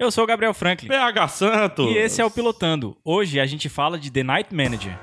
Eu sou o Gabriel Franklin PH Santos. e esse é o Pilotando. Hoje a gente fala de The Night Manager.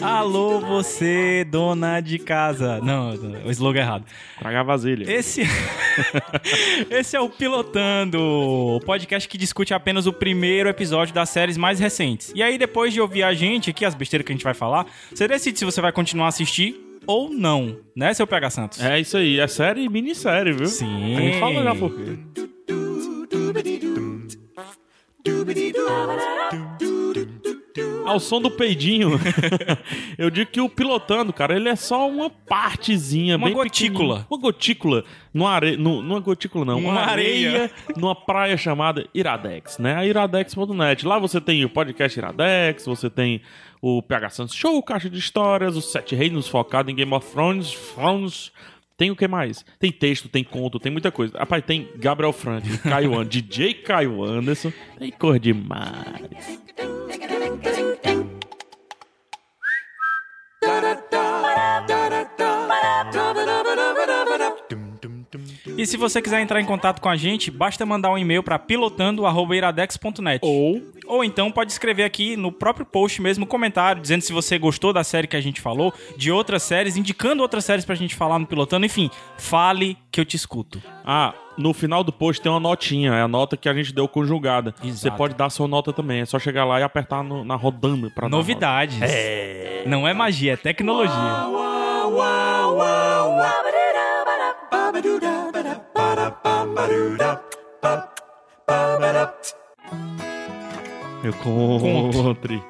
Alô você, dona de casa. Não, não, o slogan é errado. Traga vasilha. Esse Esse é o Pilotando, o podcast que discute apenas o primeiro episódio das séries mais recentes. E aí depois de ouvir a gente aqui as besteiras que a gente vai falar, você decide se você vai continuar a assistir ou não, né, seu PH Santos? É isso aí, é série e minissérie, viu? Sim. A gente fala já por quê. Ao som do peidinho, eu digo que o pilotando, cara, ele é só uma partezinha, Uma bem gotícula. pequenininha. Uma gotícula. Numa are... no, numa gotícula, não. Uma Uma, areia. areia. numa praia chamada Iradex, né? A iradex.net. Lá você tem o podcast Iradex, você tem o PH Santos Show, o Caixa de Histórias, os Sete Reinos focado em Game of Thrones. Thrones. Tem o que mais? Tem texto, tem conto, tem muita coisa. Rapaz, tem Gabriel Frank, Caio An- DJ Caio Anderson. Tem cor demais. E se você quiser entrar em contato com a gente, basta mandar um e-mail para pilotando@iradex.net. Ou Ou então pode escrever aqui no próprio post mesmo um comentário, dizendo se você gostou da série que a gente falou, de outras séries, indicando outras séries pra gente falar no Pilotando. Enfim, fale que eu te escuto. Ah, no final do post tem uma notinha, é a nota que a gente deu conjugada. Exato. Você pode dar sua nota também, é só chegar lá e apertar no- na rodando pra dar Novidades. É. Não é magia, é tecnologia. nota. Eu contre.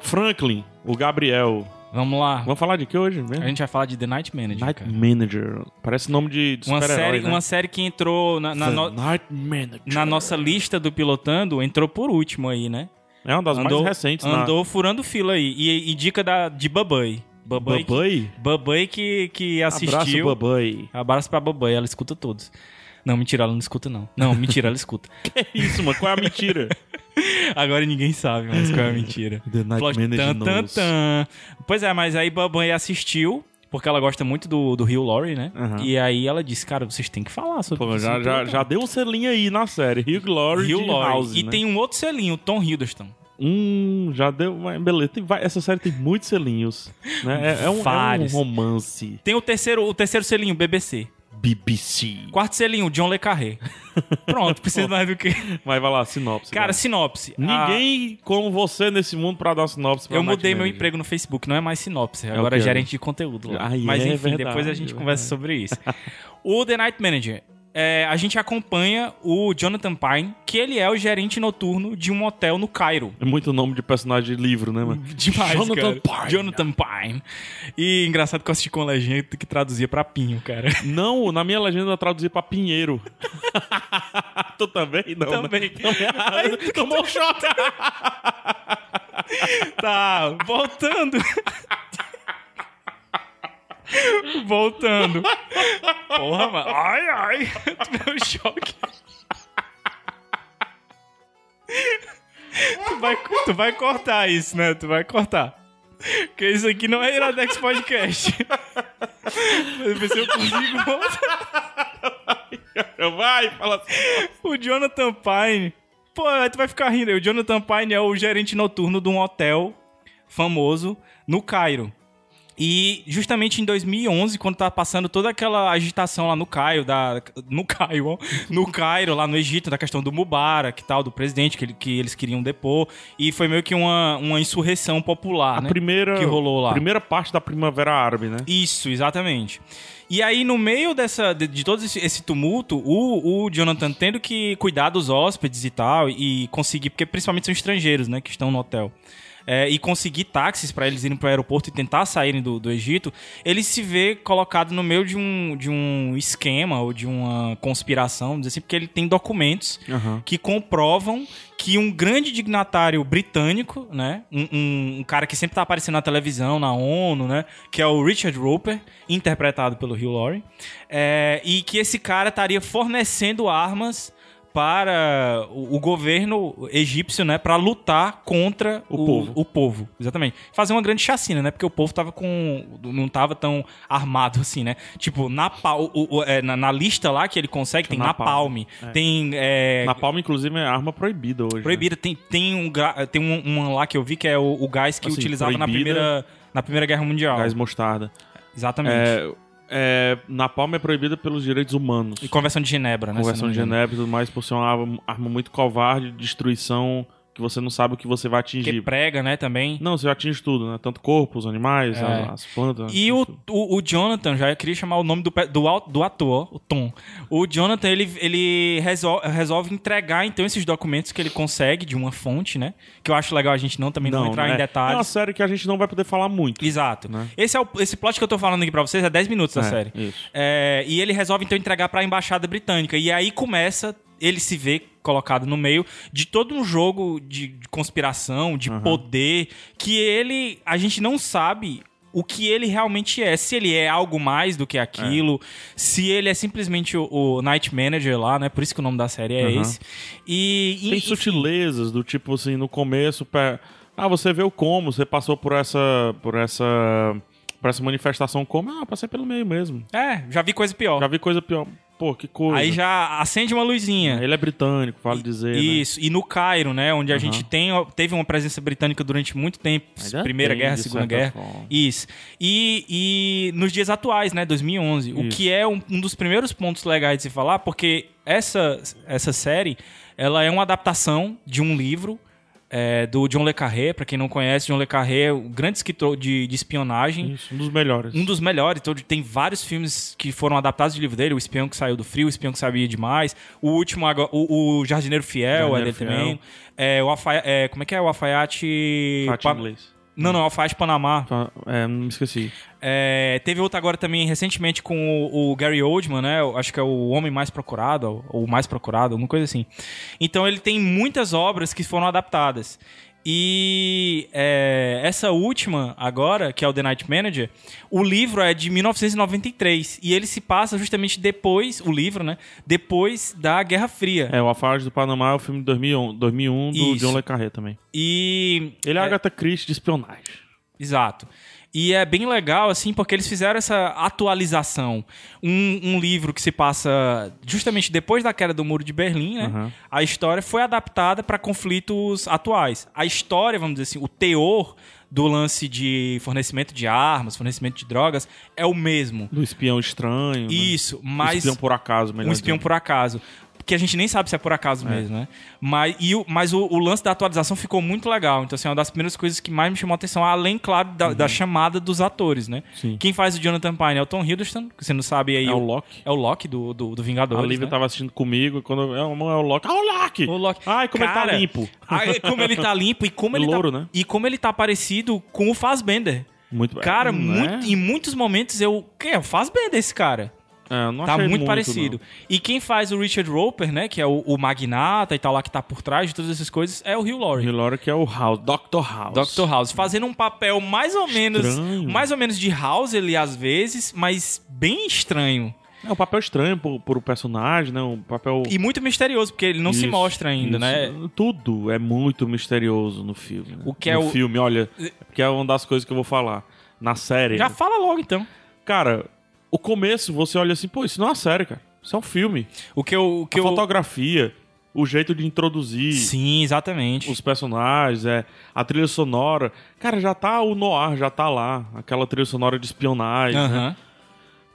Franklin, o Gabriel. Vamos lá. Vamos falar de que hoje mesmo? A gente vai falar de The Night Manager. Night cara. Manager. Parece nome de, de Uma super-herói, série, né? uma série que entrou na, na, The no- Night Manager. na nossa lista do Pilotando, entrou por último aí, né? É uma das Andou- mais recentes, né? Andou furando fila aí. E, e dica da, de Babai. Babai, que- Babai? Babai que, que Abraço, assistiu. Babai. Abraço pra Babai, ela escuta todos. Não, mentira, ela não escuta, não. Não, mentira, ela escuta. Que isso, mano? Qual é a mentira? Agora ninguém sabe mais qual é a mentira. The Night Plot- Manager tan, tan, knows. tan. Pois é, mas aí Babai assistiu, porque ela gosta muito do, do Rio Laurie, né? Aham. E aí ela disse, cara, vocês têm que falar sobre Pô, isso. já, no já, Pelotão." já deu um selinho aí na série. Hugh Laurie Rio de Laurie. House, e né? tem um outro selinho, o Tom Hiddleston. Hum, já deu. mas Beleza, tem vai- essa série tem muitos selinhos. Né? É, é um, é um Vários. romance. Tem o terceiro, o terceiro selinho, BBC. BBC. Quarto selinho, John Le Carré. Pronto, precisa mais do que. Mas vai lá, sinopse. Cara, vai. sinopse. ninguém como você nesse mundo pra dar sinopse Ah, pra eu Night mudei meu Manager. emprego no Facebook, não é mais sinopse, agora é quê? gerente de conteúdo. Lá. Ah, é Mas enfim, verdade, depois a gente é conversa sobre isso. o The Night Manager. é, a gente acompanha o Jonathan Pine, que ele é o gerente noturno de um hotel no Cairo. É muito nome de personagem de livro, né, mano? Demais, cara. Jonathan Pine. Jonathan Pine. E engraçado que eu assisti com a legenda que traduzia pra Pinho, cara. Não, na minha legenda eu traduzi pra Pinheiro. tu também não? né? Também. Também. Tomou um choque. Tá, voltando. voltando. Porra, mano. Ai, ai. Tomei um choque. tu, vai, tu vai cortar isso, né? Tu vai cortar. Porque isso aqui não é Iradex Podcast. Eu ver se eu consigo voltar. Vai, fala Né? assim. O Jonathan Pine. Pô, aí tu vai ficar rindo. aí. O Jonathan Pine é o gerente noturno de um hotel famoso no Cairo. E justamente em 2011, quando tá passando toda aquela agitação lá no Cairo, da, no Cairo, ó, no Cairo, lá no Egito, da questão do Mubarak e tal, do presidente que, ele- que eles queriam depor, e foi meio que uma, uma insurreição popular, A né? primeira, Que rolou lá. primeira parte da Primavera Árabe, né? Isso, exatamente. E aí, no meio dessa, de, de todo esse, esse tumulto, o, o Jonathan tendo que cuidar dos hóspedes e tal, e conseguir, porque principalmente são estrangeiros, né, que estão no hotel. é, e conseguir táxis para eles irem para o aeroporto e tentar saírem do, do Egito, ele se vê colocado no meio de um, de um esquema ou de uma conspiração, vamos dizer assim, porque ele tem documentos Aham. que comprovam que um grande dignatário britânico, né, um, um- um cara que sempre tá aparecendo na televisão, na ONU, né, que é o Richard Roper, interpretado pelo Hugh Laurie, é, e que esse cara estaria fornecendo armas para o, o governo egípcio, né, para lutar contra O povo. o povo, exatamente. Fazer uma grande chacina, né? Porque o povo tava com. não tava tão armado assim, né? Tipo, na, pau- o- o- é, na, na lista lá que ele consegue, tem Napalm. napalm, tem é, Na palma, inclusive, é arma proibida hoje. né? Proibida. Tem, tem, um, gra- tem um, uma lá que eu vi que é o, o gás que Assim, utilizava na proibida. primeira, na primeira Guerra Mundial. Gás mostarda. Exatamente. É, é, na palma é proibida pelos direitos humanos. E Convenção de Genebra, né? se eu Conversão não de me engano. Genebra e tudo mais, por ser uma arma, arma muito covarde, destruição, que você não sabe o que você vai Que atingir. prega, né, também. Não, você atinge tudo, né? Tanto corpo, os animais, É. as, as plantas. E atinge o, tudo. o, o Jonathan, já queria chamar o nome do, pe- do, au- do ator, o Tom. O Jonathan, ele, ele resol- resolve entregar, então, esses documentos que ele consegue de uma fonte, né? Que eu acho legal a gente não também não, entrar né? em detalhes. É uma série que a gente não vai poder falar muito. Exato. Né? Esse, é o, esse plot que eu tô falando aqui pra vocês é 10 minutos da É, série. isso. É, e ele resolve então entregar pra embaixada britânica. E aí começa, ele se vê colocado no meio de todo um jogo de, de conspiração, de poder, que ele. A gente não sabe. O que ele realmente é, se ele é algo mais do que aquilo, se ele é simplesmente o, o Night Manager lá, né? Por isso que o nome da série é Aham. esse. E, Tem e- sutilezas do tipo assim, no começo, pé- ah, você vê o como, você passou por essa. por essa. por essa manifestação como, ah, passei pelo meio mesmo. É, já vi coisa pior. Já vi coisa pior. Pô, que coisa. Aí já acende uma luzinha. Ele é britânico, vale dizer. né? Isso, e no Cairo, né, onde a Aham. gente tem, ó, teve uma presença britânica durante muito tempo, Ainda Primeira tem, Guerra, é de Segunda Guerra. certa forma. Isso. E, e nos dias atuais, né, 2011, o Isso. que é um, um dos primeiros pontos legais de se falar, porque essa, essa série, ela é uma adaptação de um livro é, do John Le Carré, pra quem não conhece, John Le Carré é um grande escritor de, de espionagem, Isso, um dos melhores. um dos melhores. Então, tem vários filmes que foram adaptados de livro dele. O Espião que Saiu do Frio, O Espião que Sabia Demais. O último, agora, o, o Jardineiro Fiel, é Jardineiro dele Fiel. também. É, o Alfa, é, como é que é? O Alfaiate... Fate Pa- inglês. Não, não, Alfaiate Panamá. Fa- É, me esqueci. É, teve outro agora também, recentemente, com o, o Gary Oldman, né? Eu Acho que é o Homem Mais Procurado, ou o Mais Procurado, alguma coisa assim. Então ele tem muitas obras que foram adaptadas. E é, essa última agora, que é o The Night Manager, o livro é de 1993. E ele se passa justamente depois, o livro, né? Depois da Guerra Fria. É, o Afage do Panamá é o filme de 2001, 2001 do Isso. John Le Carré também. E Ele é, Agatha Christie de espionagem. Exato. E é bem legal, assim, porque eles fizeram essa atualização. Um, um livro que se passa justamente depois da queda do Muro de Berlim, né? Aham. A história foi adaptada para conflitos atuais. A história, vamos dizer assim, o teor do lance de fornecimento de armas, fornecimento de drogas, é o mesmo. Do espião estranho. né? Isso, Um mas espião por acaso, melhor um espião dizendo. por acaso. Que a gente nem sabe se é por acaso mesmo, né? Mas, e o, mas o, o lance da atualização ficou muito legal. Então, assim, é uma das primeiras coisas que mais me chamou a atenção, além, claro, da, da chamada dos atores, né? Uhum. Sim. Quem faz o Jonathan Pine é o Tom Hiddleston, que você não sabe aí. É o Loki. tá É o Loki do, do, do A Vingadores. Lívia né? tava assistindo comigo e quando. É, não é o Loki. Ah, o Loki! O Loki. Ai, como ele Cara, tá limpo. ai, como ele tá limpo e como É ele louro, tá, né? E como ele tá parecido com o Fassbender. Muito bem. Cara, Não muito- é? em muitos momentos eu. Que é o Fassbender esse cara. É, eu não Tá achei muito, não. parecido. E quem faz o Richard Roper, né? Que é o, o magnata e tal lá que tá por trás de todas essas coisas, é o Hugh O Laurie. Hugh Laurie que é o House, Dr. House. Dr. House, fazendo um papel mais ou menos. Estranho. Mais ou menos de House ele às vezes, mas bem estranho. É um papel estranho por, por o personagem, né? Um papel. E muito misterioso, porque ele não se Isso, mostra ainda, isso. né? Tudo é muito misterioso no filme. né? O que é no o- filme, olha, porque é uma das coisas que eu vou falar. Na série, Já fala logo então. cara, o começo você olha assim, pô, isso não é uma série, cara. Isso é um filme. O que eu. O que a eu... fotografia, o jeito de introduzir Sim, exatamente. os personagens, é, a trilha sonora. Cara, já tá o noir, já tá lá. Aquela trilha sonora de espionagem. né? Aham.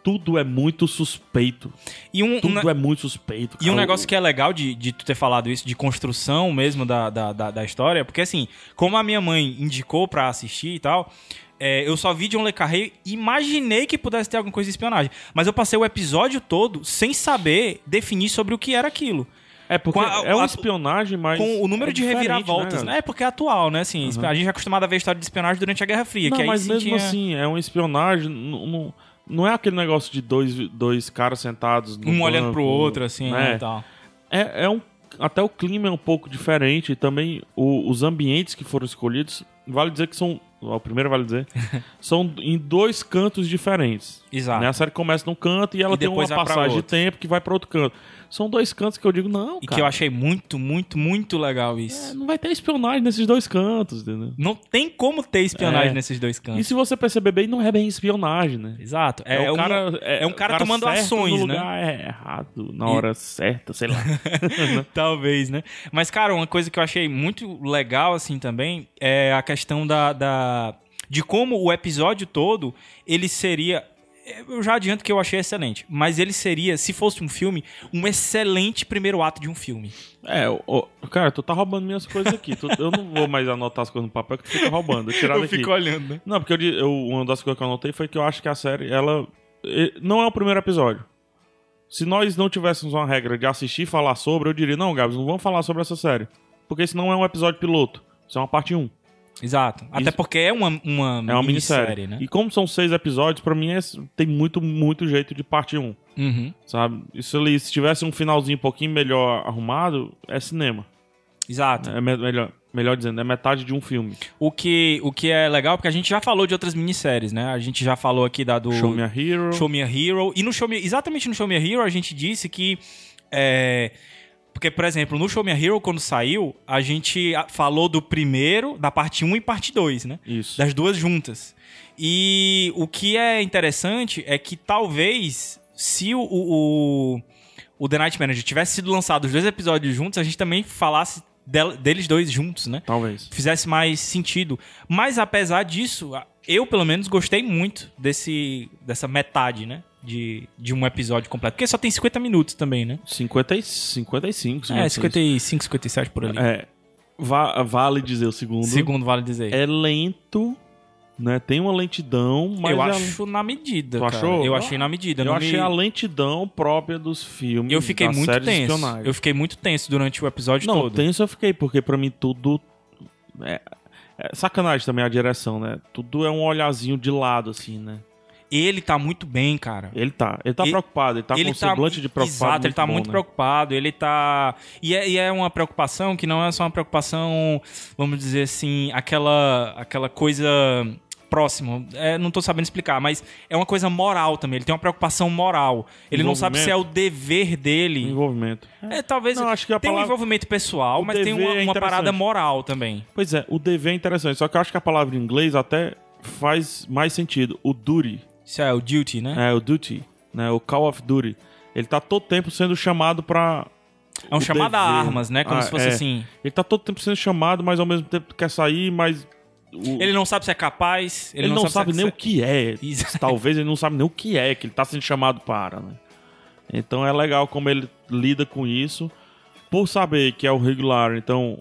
Tudo é muito suspeito. E um, Tudo é muito suspeito. E um cara. negócio que é legal de, de tu ter falado isso, de construção mesmo da, da, da, da história, porque assim, como a minha mãe indicou pra assistir e tal, é, eu só vi John Le Carré e imaginei que pudesse ter alguma coisa de espionagem. Mas eu passei o episódio todo sem saber definir sobre o que era aquilo. É porque Com a- é uma a- espionagem, mas. com o número é de diferente, reviravoltas, né? É porque é atual, né? Assim, A gente é acostumado a ver história de espionagem durante a Guerra Fria, Não, que aí mas sim mesmo tinha- assim, é uma espionagem. Não, não- não é aquele negócio de dois, dois caras sentados. No um olhando banco, pro outro, assim, né? e tal. É, é um, até o clima é um pouco diferente. e Também o- os ambientes que foram escolhidos, vale dizer que são. ó, O primeiro vale dizer. são em dois cantos diferentes. Exato. Né? A série começa num canto e ela Tá. E tem uma depois vai pra passagem de outro. tempo que vai pra outro canto. São dois cantos que eu digo, não, E cara. que eu achei muito, muito, muito legal é, isso. não vai ter espionagem nesses dois cantos, entendeu? Não tem como ter espionagem É. nesses dois cantos. E se você perceber bem, não é bem espionagem, né? Exato. É, um, é um cara, tomando certo ações, no né? lugar É errado, na E- hora certa, sei lá. Talvez, né? Mas, cara, uma coisa que eu achei muito legal, assim, também, é a questão da. da- de como o episódio todo ele seria. Eu já adianto que eu achei excelente, mas ele seria, se fosse um filme, um excelente primeiro ato de um filme. É, o- o- cara, tu tá roubando minhas coisas aqui. Tu- eu não vou mais anotar as coisas no papel que tu fica roubando. Tirar daqui. olhando, né? Não, porque eu, di- eu- uma das coisas que eu anotei foi que eu acho que a série, ela. e- Não é o primeiro episódio. Se nós não tivéssemos uma regra de assistir e falar sobre, eu diria, não, Gabs, não vamos falar sobre essa série. Porque esse não é um episódio piloto. Isso é uma parte 1. Exato. Até Isso- porque é uma, uma, É uma minissérie. né? E como são seis episódios, pra mim é- tem muito, muito jeito de parte 1. Uhum. Sabe? Isso ali, se tivesse um finalzinho um pouquinho melhor arrumado, é cinema. Exato. É me- melhor, melhor dizendo, é metade de um filme. O, que, o que é legal, porque a gente já falou de outras minisséries, né? A gente já falou aqui da do Show Me a Hero. Show Me a Hero. E no Show Me, exatamente no Show Me a Hero a gente disse que. é, porque, por exemplo, no Show Me a Hero, quando saiu, a gente ah, falou do primeiro, da parte 1 e parte 2, né? Isso. Das duas juntas. E o que é interessante é que talvez se o. o, o The Night Manager tivesse sido lançado os dois episódios juntos, a gente também falasse del- deles dois juntos, né? Talvez. fizesse mais sentido. Mas apesar disso, a- eu pelo menos gostei muito desse dessa metade, né? De, de um episódio completo. Porque só tem 50 minutos também, né? 50 e 55, É, 56. 55, 57 por ali. É. Va- vale dizer o segundo. Segundo vale dizer. É lento, né? Tem uma lentidão, mas é eu a- acho na medida, Tu cara. achou? Eu achei na medida. eu não me- achei a lentidão própria dos filmes. Eu fiquei das muito séries tenso. espionagem. Eu fiquei muito tenso durante o episódio Não, todo. tenso eu fiquei, porque pra mim tudo. É, é sacanagem também a direção, né? Tudo é um olhazinho de lado, assim, né? Ele tá muito bem, cara. Ele tá. Ele tá Ele- preocupado, ele tá com um semblante de preocupado. Exato, ele tá bom, muito né? preocupado, ele tá. E é, e é uma preocupação que não é só uma preocupação, vamos dizer assim, aquela, aquela coisa próxima. É, não tô sabendo explicar, mas é uma coisa moral também. Ele tem uma preocupação moral. Ele não sabe se é o dever dele. Envolvimento. É, talvez Não, acho que a tem um palavra- envolvimento pessoal, o mas tem dever uma, é uma parada interessante. moral também. Pois é, o dever é interessante, só que eu acho que a palavra em inglês até faz mais sentido. O duty, Isso é o duty, né? é, o duty, né? O call of duty. Ele tá todo tempo sendo chamado pra. É, um o chamado a dever. armas, né? Como Ah, se fosse é. assim. Ele tá todo tempo sendo chamado, mas ao mesmo tempo quer sair, mas. o- Ele não sabe se é capaz, ele, ele não, se é- sabe, nem o que é. Exato. Talvez ele não sabe nem o que é que ele tá sendo chamado para, né? Então é legal como ele lida com isso. Por saber que é o regular, então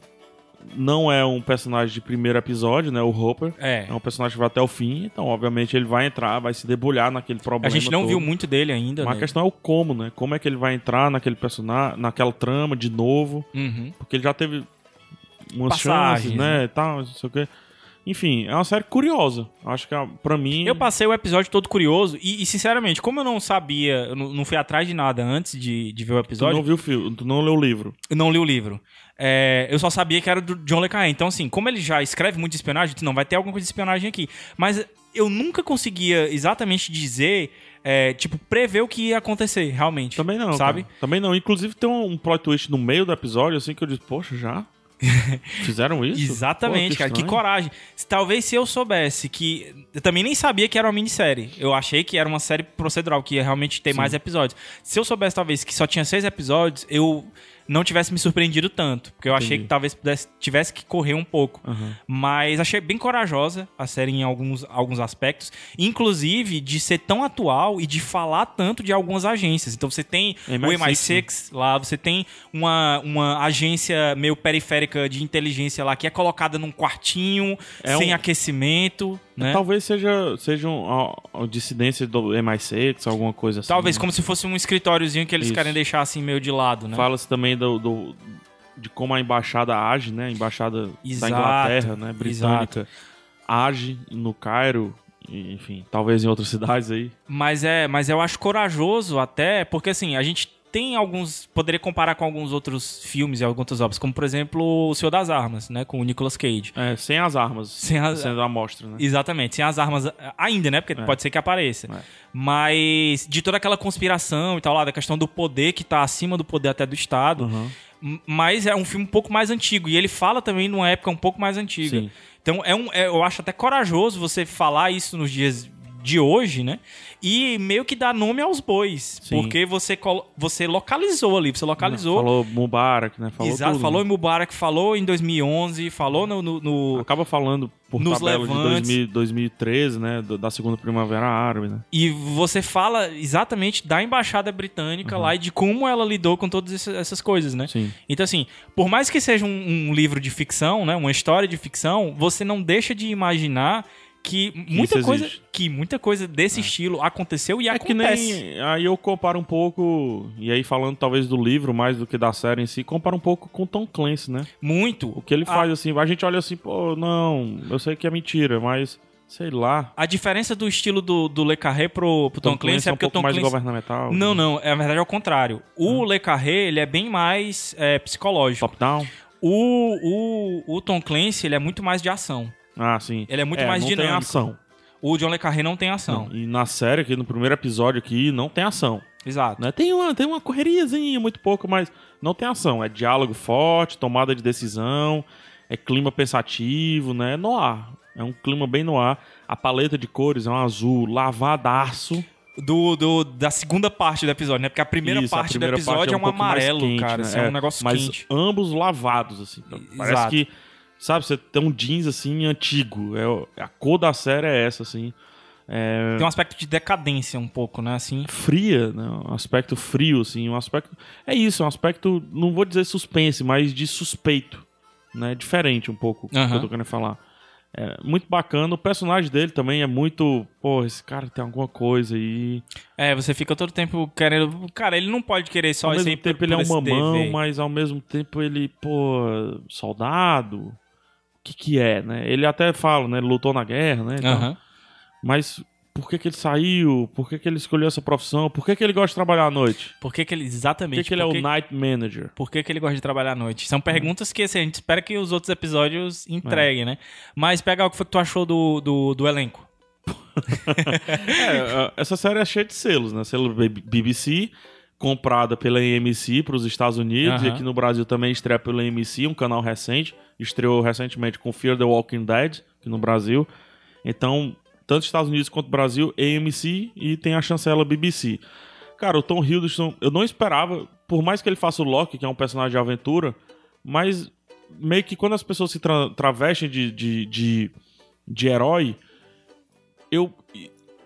não é um personagem de primeiro episódio, né? O Hopper. É. É um personagem que vai até o fim, então obviamente ele vai entrar, vai se debulhar naquele A problema. gente não todo. viu muito dele ainda. Mas a né? questão é o como, né? Como é que ele vai entrar naquele personagem, naquela trama de novo, Uhum. porque ele já teve umas Passagens, chances, né? E tal, não sei o quê. Enfim, é uma série curiosa. Acho que a- pra mim. Eu passei o episódio todo curioso e, e, sinceramente, como eu não sabia, eu não, não fui atrás de nada antes de, de ver o Tu episódio, não viu o filme, tu não leu o livro. eu não li o livro. É, eu só sabia que era do John Le Carré. Então, assim, como ele já escreve muito de espionagem, tu não vai ter alguma coisa de espionagem aqui. Mas eu nunca conseguia exatamente dizer, é, tipo, prever o que ia acontecer, realmente. Também não. Sabe? cara. Também não. Inclusive tem um, um plot twist no meio do episódio, assim, que eu disse, poxa, já? Fizeram isso? Exatamente, Pô, cara. Que estranho. coragem. Se- Talvez se eu soubesse que. Eu também nem sabia que era uma minissérie. Eu achei que era uma série procedural, que ia realmente ter mais episódios. Se eu soubesse, talvez, que só tinha seis episódios, eu não tivesse me surpreendido tanto. Porque eu achei Entendi. que talvez pudesse, tivesse que correr um pouco. Aham. Mas achei bem corajosa a série em alguns, alguns aspectos. Inclusive de ser tão atual e de falar tanto de algumas agências. Então você tem É o MI6, MI6 lá, você tem uma, uma agência meio periférica de inteligência lá que é colocada num quartinho, É sem um- É aquecimento, né? Talvez seja, seja um, a- a dissidência do MI6, alguma coisa assim. Talvez né? como se fosse um escritóriozinho que eles Isso. querem deixar assim meio de lado, né? Fala-se também também do, do- de como a embaixada age, né? A embaixada Exato, da Inglaterra, né? Britânica age no Cairo, e, enfim, talvez em outras cidades aí. Mas é, mas eu acho corajoso até, porque assim, a gente tem alguns, poderia comparar com alguns outros filmes e algumas outras obras, como por exemplo O Senhor das Armas, né, com o Nicolas Cage. É, sem as armas. Sem as- Sendo a amostra, né? Exatamente, sem as armas a- ainda, né? Porque pode ser que apareça. É. Mas de toda aquela conspiração e tal lá, da questão do poder que tá acima do poder até do Estado. Uhum. M- Mas é um filme um pouco mais antigo. E ele fala também numa época um pouco mais antiga. Sim. Então é um, é- eu acho até corajoso você falar isso nos dias de hoje, né? E meio que dar nome aos bois. Sim. Porque você, colo- você localizou ali, você localizou. Falou Mubarak, né? Falou Exato, tudo, falou né? em Mubarak, falou em 2011, falou no- no- no, Acaba falando por Nos tabela de levantes. 2000, 2013, né? do- Da segunda primavera árabe, né? E você fala exatamente da embaixada britânica Uhum. lá e de como ela lidou com todas esse- essas coisas, né? Sim. Então, assim, por mais que seja um, um livro de ficção, né? Uma história de ficção, você não deixa de imaginar que muita isso coisa existe. que muita coisa desse estilo aconteceu e É que acontece. nem. Aí eu comparo um pouco, e aí falando talvez do livro mais do que da série em si, comparo um pouco com Tom Clancy, né? Muito. O que ele faz assim, a gente olha assim, pô, não, eu sei que é mentira, mas sei lá. A diferença do estilo do, do Le Carré pro, pro Tom, Clancy é um porque o pouco Tom mais Clancy... governamental. Não, né? Hum. não. É, na verdade, é o contrário. O Le Carré, ele é bem mais é, psicológico. Top down. O, o, o Tom Clancy, ele é muito mais de ação. Ah, sim. Ele é muito mais não dinâmico. Então. Tem ação. O John Le Carré não tem ação. E na série aqui, no primeiro episódio aqui, não tem ação. Exato. Né? Tem uma, tem uma correriazinha, muito pouco, mas não tem ação. É diálogo forte, tomada de decisão, é clima pensativo, né? É noir. É um clima bem noir. A paleta de cores é um azul lavadaço. Do, do- da segunda parte do episódio, né? Porque a primeira Isso, a parte primeira do episódio é um, pouco mais amarelo, quente, cara. né? Assim, é, um negócio mas quente. ambos lavados, assim. Parece Exato. que, sabe, você tem um jeans, assim, antigo. É, o- a cor da série é essa, assim. Tem um aspecto de decadência um pouco, né? Assim. Fria, né? Um aspecto frio, assim. Um aspecto... É isso, é um aspecto, não vou dizer suspense, mas de suspeito. Né? Diferente um pouco do que Aham. eu tô querendo falar. É, muito bacana. O personagem dele também é muito... Pô, esse cara tem alguma coisa aí... É, você fica todo tempo querendo. Cara, ele não pode querer só ao esse mesmo por- tempo ele é por um esse mamão, dever. mas ao mesmo tempo ele, pô, soldado. O que que é, né? Ele até fala, né? Ele lutou na guerra, né? e tal. Aham. Mas por que que ele saiu? Por que que ele escolheu essa profissão? Por que que ele gosta de trabalhar à noite? Por que, que ele. Por que Exatamente. que ele é por o É. que- night manager? Por que, que ele gosta de trabalhar à noite? São perguntas que assim, a gente espera que os outros episódios É. entreguem, né? Mas pega o que foi que tu achou do, do, do elenco. É, a- essa série é cheia de selos, né? Selo B- BBC, comprada pela AMC para os Estados Unidos e Aham. aqui no Brasil também estreia pela AMC, um canal recente. Estreou recentemente com Fear the Walking Dead aqui no Brasil. Então, tanto Estados Unidos quanto Brasil, AMC e tem a chancela BBC. Cara, o Tom Hiddleston, eu não esperava, por mais que ele faça o Loki, que é um personagem de aventura, mas meio que quando as pessoas se tra- travestem de, de, de, de herói, eu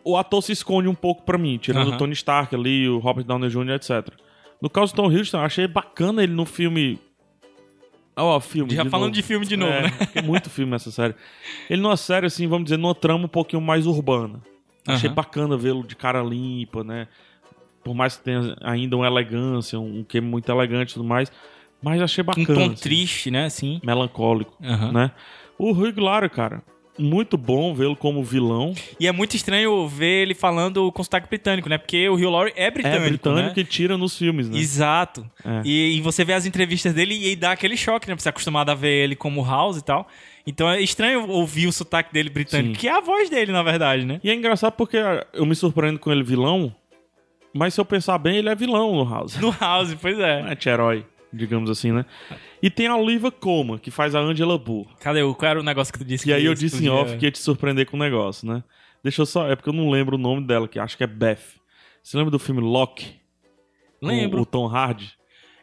o ator se esconde um pouco pra mim, tirando Aham. o Tony Stark ali, o Robert Downey Jr., etc. No caso do Tom Hiddleston, eu achei bacana ele no filme... Ó, filme Já falando novo. de filme de novo, É, né? tem muito filme nessa série. Ele numa série, assim, vamos dizer, numa trama um pouquinho mais urbana. Achei Aham. bacana vê-lo de cara limpa, né? Por mais que tenha ainda uma elegância, um, um que muito elegante e tudo mais. Mas achei Um bacana. tom assim, triste, né? Assim. Melancólico, Aham. né? O Rui Lara, cara, muito bom vê-lo como vilão. E é muito estranho ver ele falando com sotaque britânico, né? Porque o Hugh Laurie é britânico, é britânico né? e tira nos filmes, né? Exato. É. E, e você vê as entrevistas dele e dá aquele choque, né? Pra você é acostumado a ver ele como House e tal. Então é estranho ouvir o sotaque dele britânico, Sim. que é a voz dele, na verdade, né? E é engraçado porque eu me surpreendo com ele vilão, mas se eu pensar bem, ele é vilão no House. No House, pois é. Não é anti-herói, digamos assim, né? E tem a Oliva Coma, que faz a Angela Boo. Cadê? o- Qual era o negócio que tu disse? E aí que eu disse em explodia? off que ia te surpreender com um negócio, né? Deixa eu só. É porque eu não lembro o nome dela, que acho que é Beth. Você lembra do filme Loki? Com Lembro. O Tom Hardy?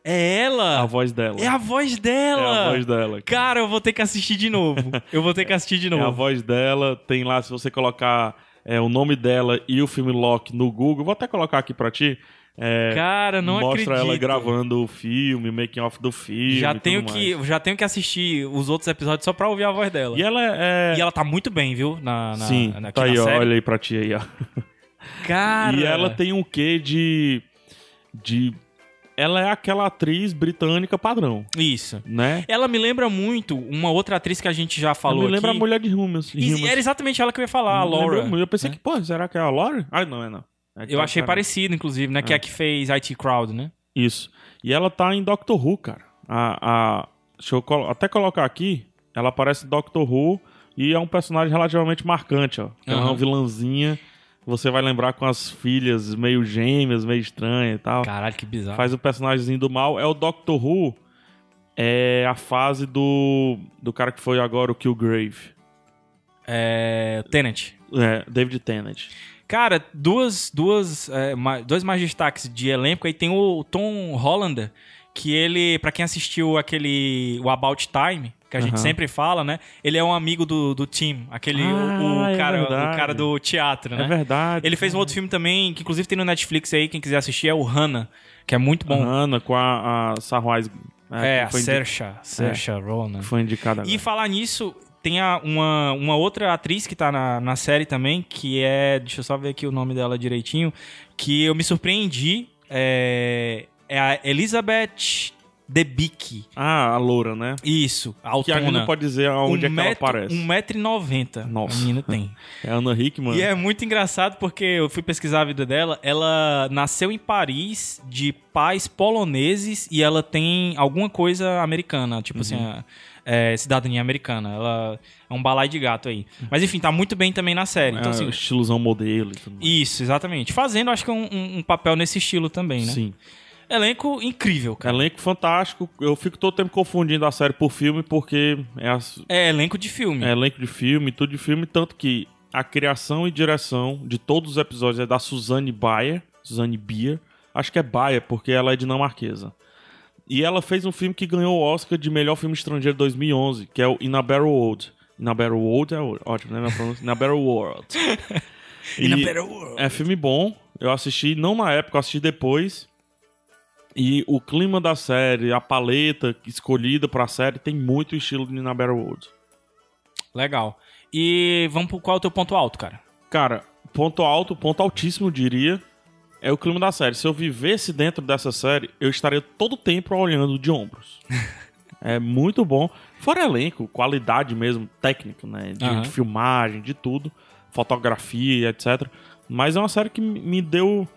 É ela! A voz dela. É a voz dela! É a voz dela. cara. Cara, eu vou ter que assistir de novo. Eu vou ter que assistir de É a novo. voz dela. Tem lá, se você colocar é, o nome dela e o filme Loki no Google, vou até colocar aqui pra ti. É, Cara, não mostra acredito. ela gravando o filme, making off do filme. Já e tenho, tudo que, já tenho que assistir os outros episódios só pra ouvir a voz dela. mais. E ela é. E ela tá muito bem, viu? Na, na, Sim, na, aqui tá na aí, ó, série. olha aí pra ti aí, ó. Cara. E ela tem um quê de. de ela é aquela atriz britânica padrão, Isso. né? Ela me lembra muito uma outra atriz que a gente já falou Ela me lembra aqui. a mulher de Rumas. E era exatamente ela que eu ia falar, a Laura. né? Eu pensei que, pô, será que é a Laura? Ah, não, é não. É Eu tá- achei tá- parecido, inclusive, né? Que é a que fez IT Crowd, né? Isso. E ela tá em Doctor Who, cara. A, a- deixa eu colo- até colocar aqui. Ela aparece em Doctor Who e é um personagem relativamente marcante, ó. Ela é uma Aham. vilãzinha. Você vai lembrar com as filhas meio gêmeas, meio estranha e tal. Caralho, que bizarro. Faz o personagemzinho do mal. É o Doctor Who. É a fase do, do cara que foi agora o Killgrave. É... Tenet. É, David Tennant. Cara, duas, duas, é, ma- dois mais destaques de elenco. Aí tem o Tom Hollander, que ele, pra quem assistiu aquele o About Time, que a gente Aham. sempre fala, né? Ele é um amigo do, do Tim, aquele o- o, Ah, é cara, o verdade. cara do teatro, né? É verdade. Ele fez um um outro filme também, que inclusive tem no Netflix aí, quem quiser assistir, é o Hannah, que é muito bom. Ana com a, a Sarwise. É, Ah, que a foi, indi- É. Saoirse, Saoirse Ronan. que foi indicada agora. E falar nisso, tem a- uma, uma outra atriz que tá na, na série também, que é. Deixa eu só ver aqui o nome dela direitinho. Que eu me surpreendi. É, é a Elizabeth Debicki. Ah, a loura, né? Isso, a Que a gente não Altona. pode dizer aonde é que ela aparece. 1,90m. Nossa. A menina tem. É a Ana Hickman. E é muito engraçado porque eu fui pesquisar a vida dela. Ela nasceu em Paris de pais poloneses e ela tem alguma coisa americana, tipo assim, Uhum. a- é, cidadania americana. Ela é um balai de gato aí. Mas enfim, tá muito bem também na série. Então, Uhum. É, assim, estilozão modelo e tudo mais. isso, exatamente. Fazendo, acho que um, um- um papel nesse estilo também, né? Sim. Elenco incrível, cara. Elenco fantástico. Eu fico todo tempo confundindo a série por filme, porque é, as- É elenco de filme. é elenco de filme, tudo de filme, tanto que a criação e direção de todos os episódios é da Suzanne Bayer. Suzanne Bier. Acho que é Bayer, porque ela é dinamarquesa. E ela fez um filme que ganhou o Oscar de melhor filme estrangeiro 2011, que é o In a Barrel World. In a Barrel World é ó- ótimo, né? Minha pronúncia. In a Barrel World. E na E- Peru- É filme bom. Eu assisti não na época, eu assisti depois. E o clima da série, a paleta escolhida pra série tem muito estilo de Nina World. Legal. E vamos pro qual é o teu ponto alto, cara? Cara, ponto alto, ponto altíssimo, eu diria, é o clima da série. Se eu vivesse dentro dessa série, eu estaria todo tempo olhando de ombros. é muito bom. Fora elenco, qualidade mesmo, técnica, né? De, Aham. de filmagem, de tudo, fotografia, etc. Mas é uma série que me- me deu.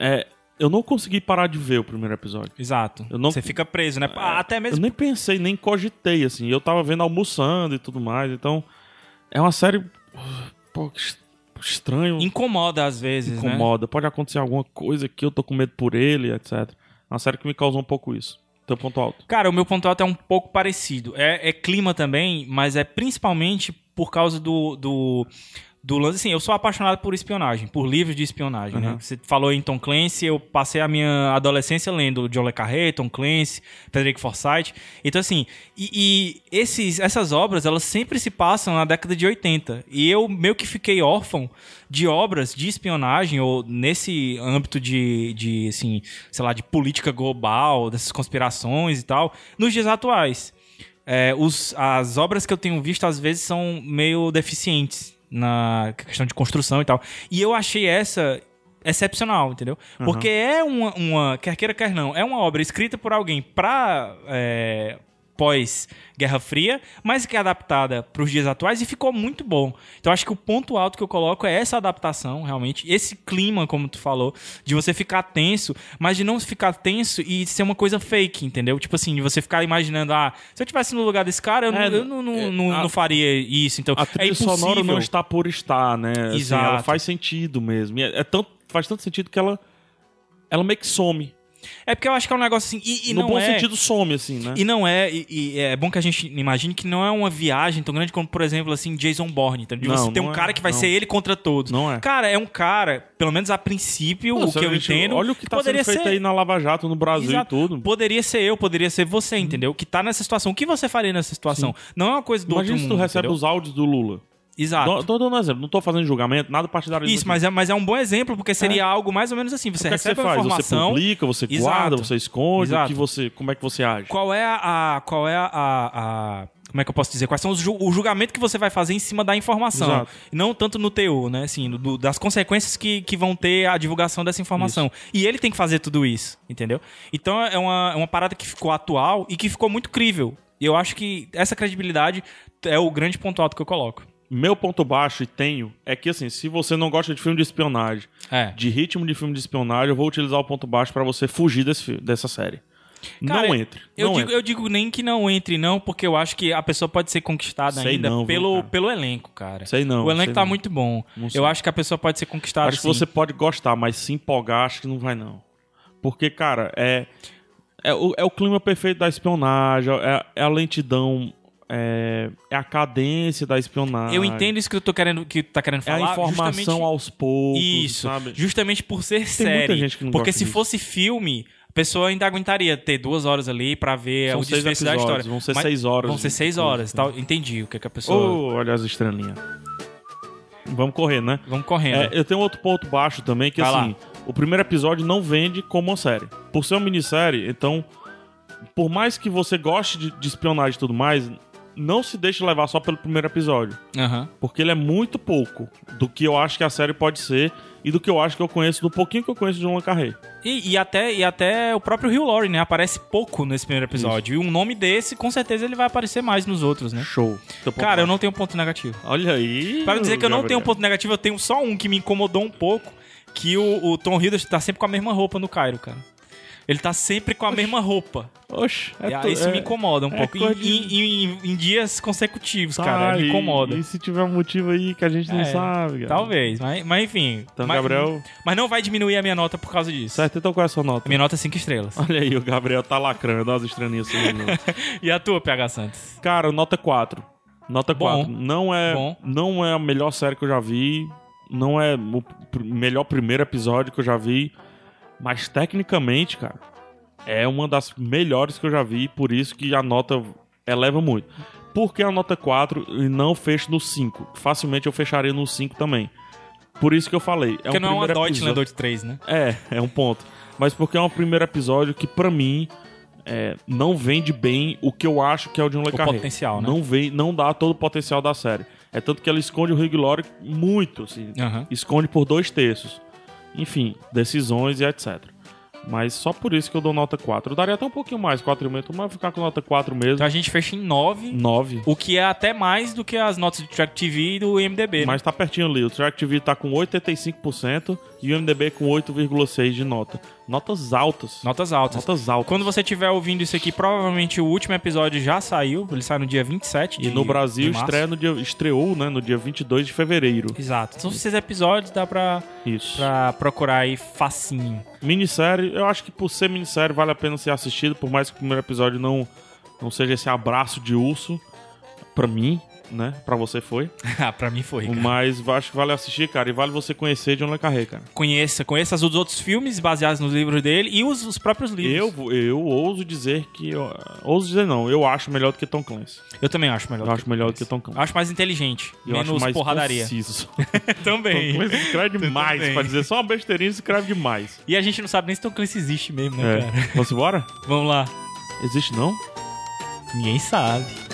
é, eu não consegui parar de ver o primeiro episódio. Exato. Eu não- É. Você fica preso, né? Ah, Até Eu mesmo nem pensei, nem cogitei, assim. Eu tava vendo almoçando e tudo mais. Então, é uma série. Pô, que est- estranho incomoda às vezes, né? incomoda. Pode acontecer alguma coisa que eu tô com medo por ele, etc. É Uma série que me causou um pouco isso. Teu ponto alto. Cara, o meu ponto alto é um pouco parecido. É, é clima também, mas é principalmente por causa do, do, do lance. Assim, eu sou apaixonado por espionagem, por livros de espionagem. né? Uhum. Você falou em Tom Clancy, eu passei a minha adolescência lendo John Le Carré, Tom Clancy, Frederick Forsyth. Então, assim, e, e esses, essas obras, elas sempre se passam na década de 80. E eu meio que fiquei órfão de obras de espionagem, ou nesse âmbito de, de assim, sei lá, de política global, dessas conspirações e tal, nos dias atuais. É, os- as obras que eu tenho visto, às vezes, são meio deficientes na questão de construção e tal. E eu achei essa excepcional, entendeu? Porque é uma, uma- quer queira, quer não, é uma obra escrita por alguém pra é, pós-Guerra Fria, mas que é adaptada pros dias atuais e ficou muito bom. Então acho que o ponto alto que eu coloco é essa adaptação, realmente, esse clima, como tu falou, de você ficar tenso, mas de não ficar tenso e ser uma coisa fake, entendeu? Tipo assim, de você ficar imaginando, ah, se eu tivesse no lugar desse cara, eu, É, não, eu não, não, é, não- a- não faria isso. Então, A é trilha impossível. sonora não está por estar, né? Assim, Exato. ela faz sentido mesmo. E É, é tanto, faz tanto sentido que ela, ela meio que some. É porque eu acho que é um negócio assim. E, e no não bom é... sentido, some, assim, né? E não é, e, e é bom que a gente imagine que não é uma viagem tão grande como, por exemplo, assim, Jason Bourne, tá? De Não, você ter não um é, cara que vai não. ser ele contra todos. Não é. Cara, é um cara, pelo menos a princípio, Pô, o se que a eu gente- entendo, Olha o que tá sendo poderia feito ser aí na Lava Jato, no Brasil Exato. e tudo. Poderia ser eu, poderia ser você, entendeu? Que tá nessa situação. O que você faria nessa situação? Não é uma coisa do Imagina outro se tu mundo, recebe entendeu? os áudios do Lula. Exato. Tô, tô dando um exemplo. Não tô fazendo julgamento, nada partidário. Isso, mas é, mas é um bom exemplo, porque seria algo mais ou menos assim. Você É. O que, é que você recebe uma faz? Você informação... publica, você Exato. guarda, você esconde, o Exato. que você, como é que você age? Qual é a, a- qual é a, a, Como é que eu posso dizer? Quais são os ju- o julgamento que você vai fazer em cima da informação. Exato. E Não tanto no teor, né? Assim, do- das consequências que, que vão ter a divulgação dessa informação. E ele tem que fazer tudo isso, entendeu? Então é uma, é uma parada que ficou atual e que ficou muito crível. E eu acho que essa credibilidade é o grande ponto alto que eu coloco. Meu ponto baixo e tenho é que, assim, se você não gosta de filme de espionagem, É. de ritmo de filme de espionagem, eu vou utilizar o ponto baixo pra você fugir desse, fi- dessa série. Cara, não entre. Eu não é. digo, entre. eu digo nem que não entre, não, porque eu acho que a pessoa pode ser conquistada Sei ainda não, viu, pelo, cara? pelo elenco, cara. Sei não, O elenco sei tá não. muito assim. bom. Não sei. eu acho que a pessoa pode ser conquistada. Acho que sim. você pode gostar, mas se empolgar, acho que não vai, não. Porque, cara, é. É o, é o clima perfeito da espionagem, é, é a lentidão, é, é a cadência da espionagem. Eu entendo isso que eu tô querendo, que tu tá querendo É a falar. informação justamente... aos poucos, Isso, sabe? justamente por ser série. muita gente que não porque gosta se disso. fosse filme, a pessoa ainda aguentaria ter duas horas ali pra ver São é, o seis desfecho da episódios, história. vão ser Mas- seis horas Vão ser de seis coisa. horas, tal. Entendi o que, é que a pessoa. Oh, olha as estrelinhas. Vamos correr, né? Vamos correndo. É, eu tenho outro ponto baixo também, que Vai lá. assim, o primeiro episódio não vende como uma série. Por ser uma minissérie, então, por mais que você goste de, de espionagem e tudo mais, não se deixe levar só pelo primeiro episódio. Aham. Porque ele é muito pouco do que eu acho que a série pode ser e do que eu acho que eu conheço, do pouquinho que eu conheço de John Le Carré. E, e até, e até o próprio Hugh Laurie, né? Aparece pouco nesse primeiro episódio. E um nome desse, com certeza, ele vai aparecer mais nos outros, né? Show. Teu ponto Cara, eu baixo. não tenho ponto negativo. Olha aí. Para dizer que eu não Gabriel. tenho um ponto negativo, eu tenho só um que me incomodou um pouco, que o, o Tom Hiddleston tá sempre com a mesma roupa no Cairo, cara. Ele tá sempre com a mesma roupa. Oxe, é E tu- aí isso é- me incomoda um é pouco. E- coisa de- e- e- Em, em dias consecutivos, Tá, cara. Me e- incomoda. E, se tiver um motivo aí que a gente não É, sabe, cara. Talvez, mas, mas enfim. Então, mas, Gabriel- Mas não vai diminuir a minha nota por causa disso. Certo, então qual é a sua A nota? minha nota é 5 estrelas. Olha aí, o Gabriel tá lacrando, olha as estrelinhas subindo. e a tua, PH Santos? Cara, nota 4. Nota Bom. 4. Não é, Bom. não é a melhor série que eu já vi, não é o pr- melhor primeiro episódio que eu já vi, mas tecnicamente, cara, é uma das melhores que eu já vi, por isso que a nota eleva muito. Por que a nota 4 e não fecho no 5? Facilmente eu fecharia no 5 também. Por isso que eu falei. É Porque um não é uma primeiro Deutschland episódio- 83, né? É, é um ponto. Mas porque é um primeiro episódio que, pra mim, é, não vende bem o que eu acho que é o John Le O Carré. potencial, né? Não, vem, não dá todo o potencial da série. É tanto que ela esconde o Hugh Laurie muito, assim. Aham. Esconde por dois terços. Enfim, decisões e etc. Mas só por isso que eu dou nota 4. Eu daria até um pouquinho mais, 4,5, mas vou ficar com nota 4 mesmo. Então a gente fecha em 9, 9. o que é até mais do que as notas do Track TV e do IMDB. né? Mas tá pertinho ali. O Track TV tá com 85% e o MDB com 8,6% de nota. Notas altas. Notas altas. Notas altas. Quando você estiver ouvindo isso aqui, provavelmente o último episódio já saiu. Ele sai no dia 27 E de no de Brasil março. estreia no dia, estreou né, no dia 22 de fevereiro. Exato. São seis episódios, dá pra, Isso. pra procurar aí facinho. Minissérie, eu acho que por ser minissérie vale a pena ser assistido, por mais que o primeiro episódio não, não seja esse abraço de urso. Pra mim, né? Pra você foi. ah, pra mim foi, cara. Mas eu acho que vale assistir, cara. E vale você conhecer John Le Carré, cara. Conheça, conheça os outros filmes baseados nos livros dele e os, os próprios Eu, livros. vou- eu ouso dizer que. eu- ouso dizer não, eu acho melhor do que Tom Clancy. Eu também acho melhor. Eu acho melhor do que Tom Clancy. Acho mais inteligente. Ah, Eu menos acho mais Então, porradaria. conciso. Tom também. Clancy escreve demais. Também. Pra dizer só uma besteirinha, escreve demais. E a gente não sabe nem se Tom Clancy existe mesmo, né, cara? É. Vamos embora? Vamos lá. Existe não? Ninguém sabe.